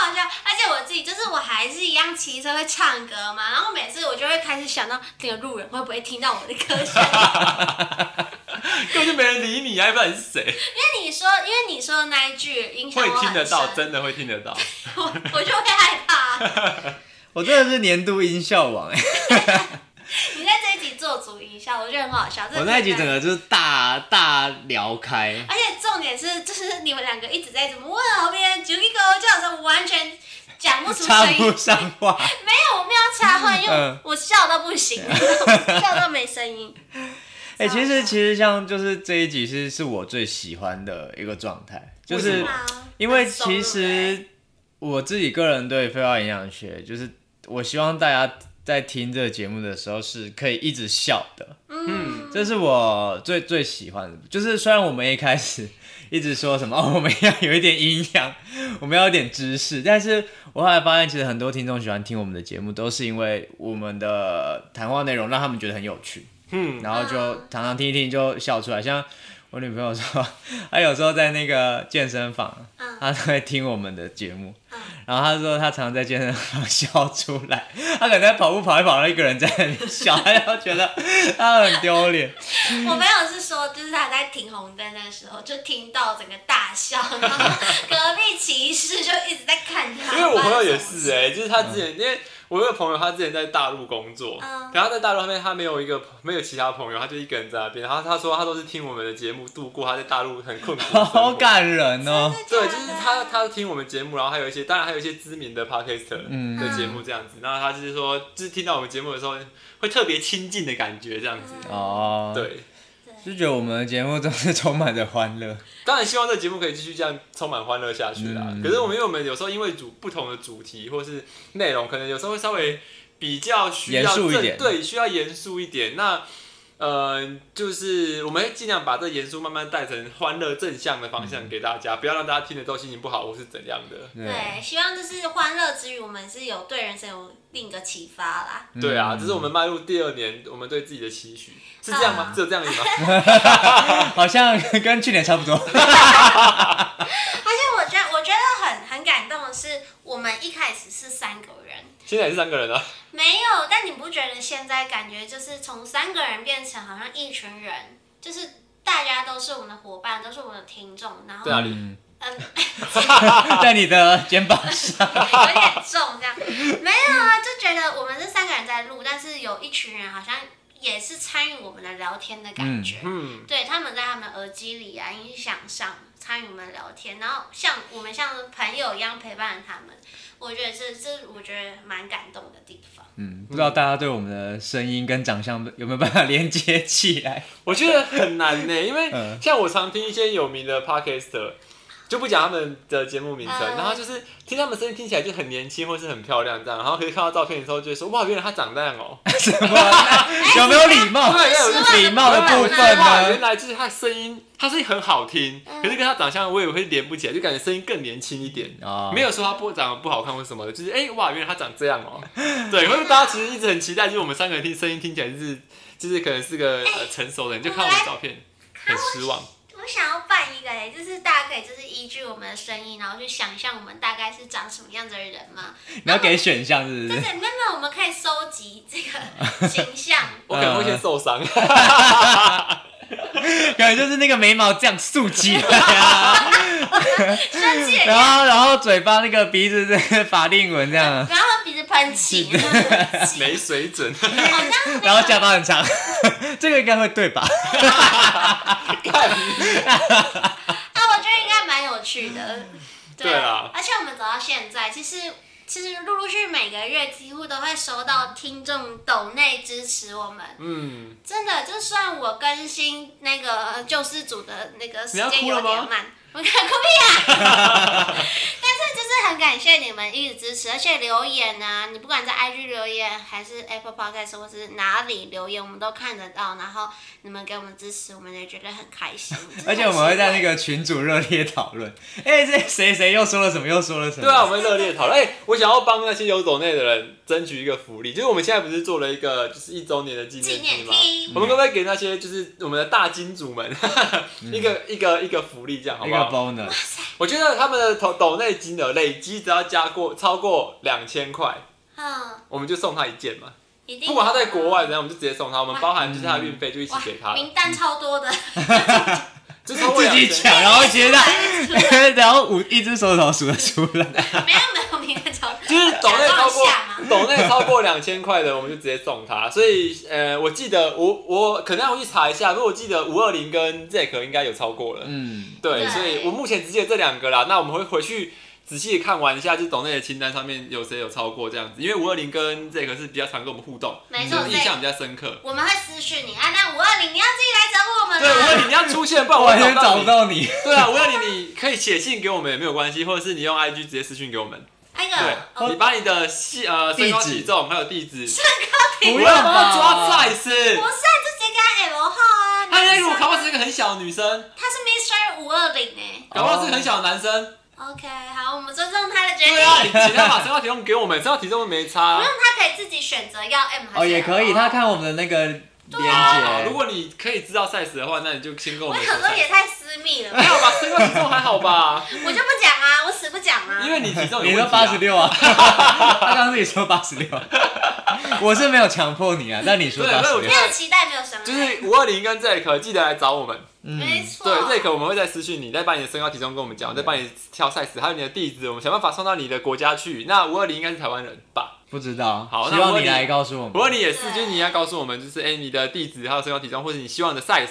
S1: 好笑。而且我自己就是我还是一样骑车会唱歌嘛，然后每次我就会开始想到那个路人会不会听到我的歌声。
S2: 根本就没人理你，还不知道你是谁，
S1: 因为你说，因为你说的那一句影响
S2: 会
S1: 我很
S2: 听得 到，
S1: 深
S2: 真的会听得到。
S1: 我我就会害怕。
S3: 我真的是年度音效王
S4: 欸
S3: 哎！
S1: 你在这一集做足一下，我觉得很好笑。这
S3: 我那一集整个就是大大聊开，
S1: 而且重点是，就是你们两个一直在怎么问后面 j u 狗叫的时候，我完全讲不出
S3: 插
S1: 声音
S3: 不上话。
S1: 没有，我没有插话，因为
S3: 嗯
S1: 我笑到不行，
S2: 嗯
S1: 笑到没声音。
S3: 哎、其实其实像就是这一集是是我最喜欢的一个状态，就
S2: 为什
S3: 是
S2: 么
S1: 啊
S3: 因为其实我自己个人对废话营养学，就是我希望大家在听这个节目的时候是可以一直笑的，
S1: 嗯，
S3: 这是我最最喜欢的。就是虽然我们一开始一直说什么、 哦、我们要有一点营养，我们要有点知识，但是我后来发现，其实很多听众喜欢听我们的节目，都是因为我们的谈话内容让他们觉得很有趣。
S2: 嗯，
S3: 然后就常常听一听就笑出来。像我女朋友说， 她有时候在那个健身房，她都会听我们的节目，然后她说她常常在健身房笑出来， 她可能在跑步跑一跑，然后一个人在那里笑，她就觉得她很丢脸。
S1: 我朋友是说，就是他在停红灯的时候，就听到整个大笑， 然后隔壁骑士就一直在看他。
S2: 因为我朋友
S1: 发
S2: 也
S1: 生什么
S2: 是
S1: 事
S2: 哎、就是他之前，因为我有个朋友，他之前在大陆工作，
S1: 嗯
S2: 然后他在大陆那边他没有一个没有其他朋友，他就一个人在那边。然后他说他都是听我们的节目度过他在大陆很困苦的生 活
S3: 好感人哦！
S2: 对，就是他他听我们节目，然后还有一些，当然还有一些知名的 podcaster 的节目这样子。然后他就是说，就是听到我们节目的时候，会特别亲近的感觉这样子。
S3: 哦，，
S2: 对，
S3: 就觉得我们的节目总是充满着欢乐。
S2: 当然希望这个节目可以继续这样充满欢乐下去啦。
S3: 嗯
S2: 可是我们因为我们有时候因为主不同的主题或是内容，可能有时候会稍微比较需要
S3: 严肃一
S2: 正
S3: 点
S2: 对，需要严肃一点。那呃，就是我们会尽量把这严肃慢慢带成欢乐正向的方
S3: 嗯
S2: 向给大家，不要让大家听的都心情不好或是怎样的。
S1: 对，希望就是欢乐之余，我们是有对人生有另一个启发啦。
S3: 嗯
S2: 对啊，这是我们迈入第二年，我们对自己的期许是这样吗？只有这样而已吗？
S3: 好像跟去年差不多。
S1: 而且我觉得，我觉得很很感动的是，我们一开始是三个人，
S2: 现在也是三个人啊，
S1: 没有，但你不觉得现在感觉就是从三个人变成好像一群人，就是大家都是我们的伙伴，都是我们的听众，然后
S3: 啊
S2: 在哪里？
S1: 嗯，
S3: 嗯在你的肩膀上，
S1: 有点重这样，没有啊，就觉得我们是三个人在录，但是有一群人好像也是参与我们的聊天的感觉，
S2: 嗯，
S1: 对，他们在他们耳机里啊音响上参与我们聊天，然后像我们像朋友一样陪伴他们，我觉得这这我觉得蛮感动的地方。
S3: 嗯，不知道大家对我们的声音跟长相有没有办法连接起来？
S2: 我觉得很难呢，因为
S3: 嗯
S2: 像我常听一些有名的 podcaster，就不讲他们的节目名称，
S1: 嗯
S2: 然后就是听他们声音听起来就很年轻或是很漂亮这样，然后可以看到照片的时候就会说哇，原来他长那样哦、
S3: 有没有礼貌？
S2: 对要有
S3: 礼貌的部
S2: 原
S3: 分啊
S2: 来原
S3: 呢？
S2: 来就是他声音，他声音很好听，可是跟他长相我也会连不起来，就感觉声音更年轻一点。
S3: 啊
S2: 没有说他不长得不好看或什么的，就是哎、哇，原来他长这样 哦、对，会不会大家其实一直很期待，就是我们三个人听声音听起来就是就是可能是个呃成熟的人，就看我们照片很失望。
S1: 我想要扮换一个哎，就是大家可以就是依据我们的声音，然后去想象我们大概是长什么样子的人嘛。
S4: 你要给选项是不
S1: 但
S4: 是？
S1: 是没有没有，我们可以收集这个形 象。
S2: 我可能会先受伤。
S4: 感觉就是那个眉毛这样竖起来啊，
S1: 生气
S4: 然后然后嘴巴那个鼻子是法令纹这样啊，
S1: 然后鼻子喷 气，没
S2: 没水 准，
S1: 好像
S4: 然后下巴很长， 这个应该会对吧？
S1: 啊，我觉得应该蛮有趣的。
S2: 对啊
S1: 而且我们走到现在，其实其实陆陆续每个月几乎都会收到听众抖内支持我们，
S2: 嗯，
S1: 真的，就算我更新那个呃救世主的那个时间
S2: 你
S1: 有
S2: 要哭了
S1: 点
S2: 吗
S1: 慢， 我看哭屁啊！ 但是就是很感谢你们一直支持，而且留言啊，你不管在 IG 留言还是 Apple Podcast 或是哪里留言，我们都看得到。然后你们给我们支持，我们也觉得很开心。
S4: 而且我们会在那
S1: 个
S4: 个群组热烈讨论， 哎、这谁谁又说了什么，又说了什么？
S2: 对啊，我们热烈讨论。哎、我想要帮那些有走内的人争取一个福利，就是我们现在不是做了一个就是一周年的纪
S1: 纪念
S2: 念日吗？
S1: 厅
S2: 我们可不可以给那些就是我们的大金主们 一个、一个嗯一个福利，这样好
S4: 一
S2: 不
S4: 个
S2: 好？
S4: bonus，
S2: 我觉得他们的抖抖内金额累积只要加过超过两千块，
S1: 嗯，
S2: 我们就送他一件嘛。
S1: 一定
S2: 不管他在国外怎样，我们就直接送他，我们包含就是他的运费就一起
S1: 哇
S2: 给他，
S1: 名单超多的，
S2: 就超过
S4: 自己
S2: 2000
S4: 抢，然后觉得，然后五一只手指头数得出来。
S1: 没有没有名单超多，
S2: 就是抖内
S1: 假装
S2: 超过
S1: 一下嘛
S2: 抖内超过两千块的，我们就直接送他。所以呃，我记得我我可能要回去查一下，不过我记得五二零跟 Zack 应该有超过了。
S4: 嗯，
S2: 对，
S1: 对
S2: 所以我目前只记得这两个啦。那我们会回去仔细看完一下，就是抖内的清单上面有谁有超过这样子，因为五二零跟 Zack 是比较常跟我们互动，
S1: 没错
S2: 所以印象比较深刻。
S1: 我们会私讯你啊。那五二零你要自己来找我们
S2: 对，五
S1: 吗
S2: 二？零你要出现，不然我
S4: 完
S2: 会
S4: 全
S2: 找
S4: 找
S2: 不
S4: 不
S2: 到你。
S4: 到你。
S2: 对啊，五二零你可以写信给我们也没有关系，或者是你用 IG 直接私讯给我们。
S1: 那个
S2: 对，你把你的系呃身高
S4: 地址
S2: 体重还有地址
S4: 不
S2: 不要把他抓 size
S1: 不。是，就直接给他 L 号啊。
S2: 他那
S1: 女生
S2: 如果
S1: 啊
S2: 搞不好是一个很小的女生，
S1: 他是 Mr 五二零哎。
S2: 搞不好是个很小的男生。
S1: OK，好，我们尊重他的决定。
S2: 对啊，你请他把身高体重给我们，身高体重没差
S1: 不用。他可以自己选择要 M 还是
S4: 哦，也可以，
S1: L
S4: 他。看我们的那个链
S2: 啊
S4: 接。
S2: 如果你可以知道 size 的话，那你就先跟我
S1: 我
S2: 们
S1: 想
S2: 说
S1: 说
S2: size。
S1: 也太私密了吧，
S2: 还 好吧，身高体重还好吧，
S1: 我就不讲啊，我死不讲啊。
S2: 因为你体重有问
S4: 你说
S2: 题
S4: 八十
S2: 啊。
S4: 六啊？ 他刚刚自己说八十六，我是没有强迫你啊，但你说
S2: 对
S4: 八
S2: 那
S4: 十
S2: 我觉
S4: 六
S2: 得
S1: 没，有期待，没有伤害。
S2: 就是五二零跟 Zack 记得来找我们，
S1: 没
S4: 嗯，
S1: 错。哦
S2: 对 Zack 我们会再私讯你，再把你的身高体重跟我们讲，再帮你挑 size，还有你的地址，我们想办法送到你的国家去。那五二零应该是台湾人吧？
S4: 不知道，
S2: 好那
S4: 希望
S2: 我
S4: 你
S2: 你
S4: 来告诉我
S2: 不过
S4: 们。
S2: 你也是，就是你要告诉我们，就是哎、你的地址还有身高体重，或者你希望的 size，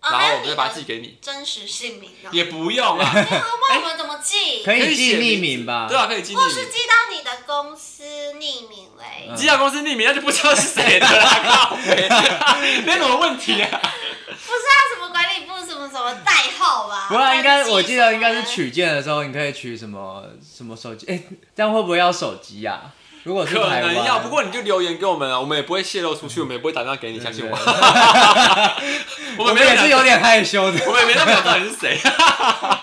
S1: 哦
S2: 然
S1: 还
S2: 后
S1: 有
S2: 我们
S1: 你
S2: 会
S1: 的
S2: 把它寄给你。
S1: 真实姓名哦。
S2: 也不用啊，
S1: 那不然我们怎么记？
S4: 可
S2: 写
S4: 以记匿
S2: 名字
S4: 名吧？
S2: 对啊，可以寄
S1: 或
S2: 匿
S1: 是
S2: 名。
S1: 寄到你的公司匿名嘞。
S4: 嗯
S2: 寄到公司匿名，那就不知道是谁的啦， 靠北没什么问题啊。
S1: 不是啊，什么管理部什么什么代号吧？
S4: 不过应该
S1: 登记
S4: 我记得应该
S1: 什
S4: 是
S1: 么的。
S4: 取件的时候，你可以取什么什么手机？ 哎、这样会不会要手机呀、啊？如果是
S2: 可
S4: 台
S2: 能
S4: 湾，
S2: 要，不过你就留言给我们啊，我们也不会泄露出去，我们也不会打电话给你，相信我。 我
S4: 我
S2: 嗯们
S4: 们
S2: 没有
S4: 也是有点害羞 的。
S2: 我们也没那么了解到底是谁。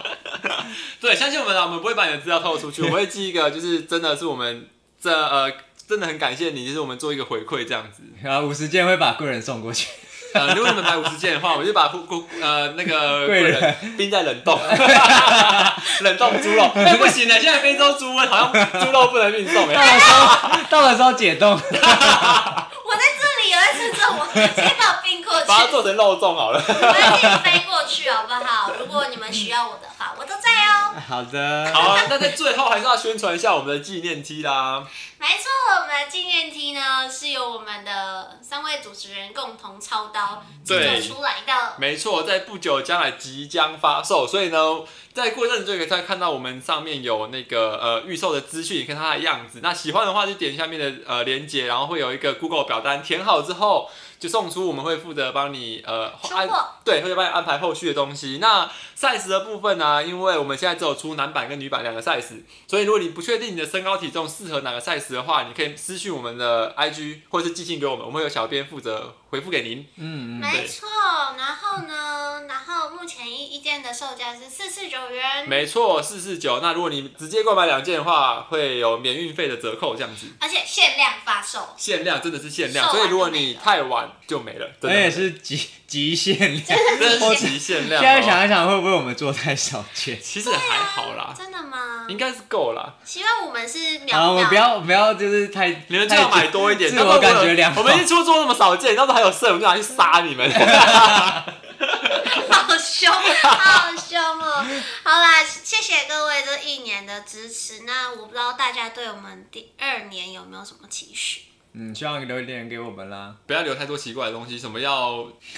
S2: 对，相信我们啊，我们不会把你的资料透露出去，我们会寄一个，就是真的是我们这呃，真的很感谢你，就是我们做一个回馈这样子。
S4: 然后五十件会把贵人送过去，
S2: 呃，如果你们买五十件的话，我就把护顾呃那个贵
S4: 贵人
S2: 人冰在冷冻， 冷冻猪肉。哎、不行的，现在非洲猪瘟好像猪肉不能运送哎、
S4: 到了时候到了时候解冻，
S1: 我在这里有在吃这，我直接把我并过去，
S2: 把它做成肉粽好了。
S1: 我要自己飞过去好不好？如果你们需要我的话，我都在 哦。
S4: 好的，
S2: 好、啊，那在最后还是要宣传一下我们的纪念 T 啦。
S1: 没错，我们的纪念 T 呢是由我们的三位主持人共同操刀制
S2: 对
S1: 作出来的。
S2: 没错，在不久将来即将发售，所以呢，在过一阵子就可以再看到我们上面有那个呃预售的资讯跟它的样子。那喜欢的话就点下面的呃链接，然后会有一个 Google 表单，填好之后就送出，我们会负责帮你呃
S1: 收
S2: 安
S1: 货
S2: 对，会帮你安排后续的东西。那 size 的部分呢、啊因为我们现在只有出男版跟女版两个 size，所以如果你不确定你的身高体重适合哪个 size 的话，你可以私讯我们的 IG 或是寄信给我们，我们会有小编负责回复给您。
S4: 嗯，嗯
S1: 没错，然后呢，然后目目前一一件的售价是四四九元，
S2: 没错，四四九。那如果你直接购买两件的话，会有免运费的折扣，这样子。
S1: 而且限量发售，
S2: 限量真的是限量，
S1: 售完
S2: 所以如果
S1: 就没
S2: 你
S1: 了
S2: 太晚就没了，真
S4: 而且
S2: 的
S4: 是极极限量。
S2: 珍惜限量、
S4: 现
S2: 哦。
S4: 在想一想，会不会我们做太少 件？
S2: 其实还好啦，
S1: 真的吗？
S2: 应该是够啦。
S1: 希望我们是秒
S4: 好，我们
S1: 秒
S4: 不要不要，就是太
S2: 你们最好买多一点，
S4: 自
S2: 要不
S4: 我
S2: 然
S4: 感觉
S2: 们
S4: 良好。
S2: 我们一出做那么少见，到时候还有剩，我们就拿去杀你 们。
S1: 好凶，好凶哦！好啦，谢谢各位这一年的支持。那我不知道大家对我们第二年有没有什么期 许？
S4: 嗯，希望留言给我们啦，
S2: 不要留太多奇怪的东西，什么要、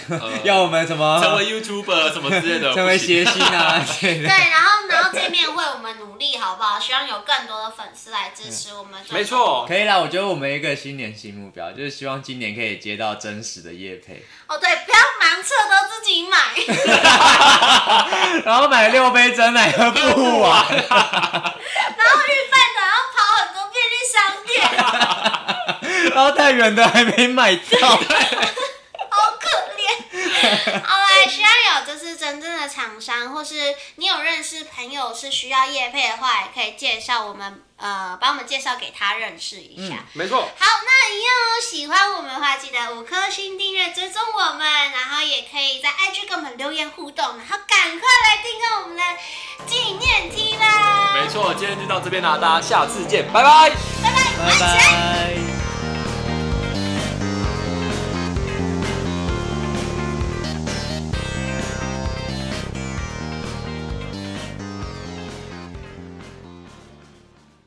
S2: 呃、
S4: 要我们什么
S2: 成为 YouTuber 什么之类的，
S4: 成为
S2: 不行
S4: 谐星 啊之类
S1: 对，
S4: 的。
S1: 然后然后见面会我们努力好不好？希望有更多的粉丝来支持我们。
S2: 没错，
S4: 可以啦，我觉得我们有一个新年新目标，就是希望今年可以接到真实的业配，
S1: 哦，对，不要盲测都自己买。
S4: 然后买六杯真奶喝不完，
S1: 然后预饭团要跑很多便利商店，
S4: 然后太远的还没买到。
S1: 好可怜。好啦，需要有就是真正的厂商，或是你有认识朋友是需要业配的话，也可以介绍我们，呃，帮我们介绍给他认识一下。
S2: 没错，
S1: 好，那一样哦。喜欢我们的话，记得五颗星订阅追踪我们，然后也可以在 IG 跟我们留言互动，然后赶快来订购我们的纪念 T 啦！
S2: 没错，今天就到这边啦，大家下次见，拜拜。
S4: 拜拜。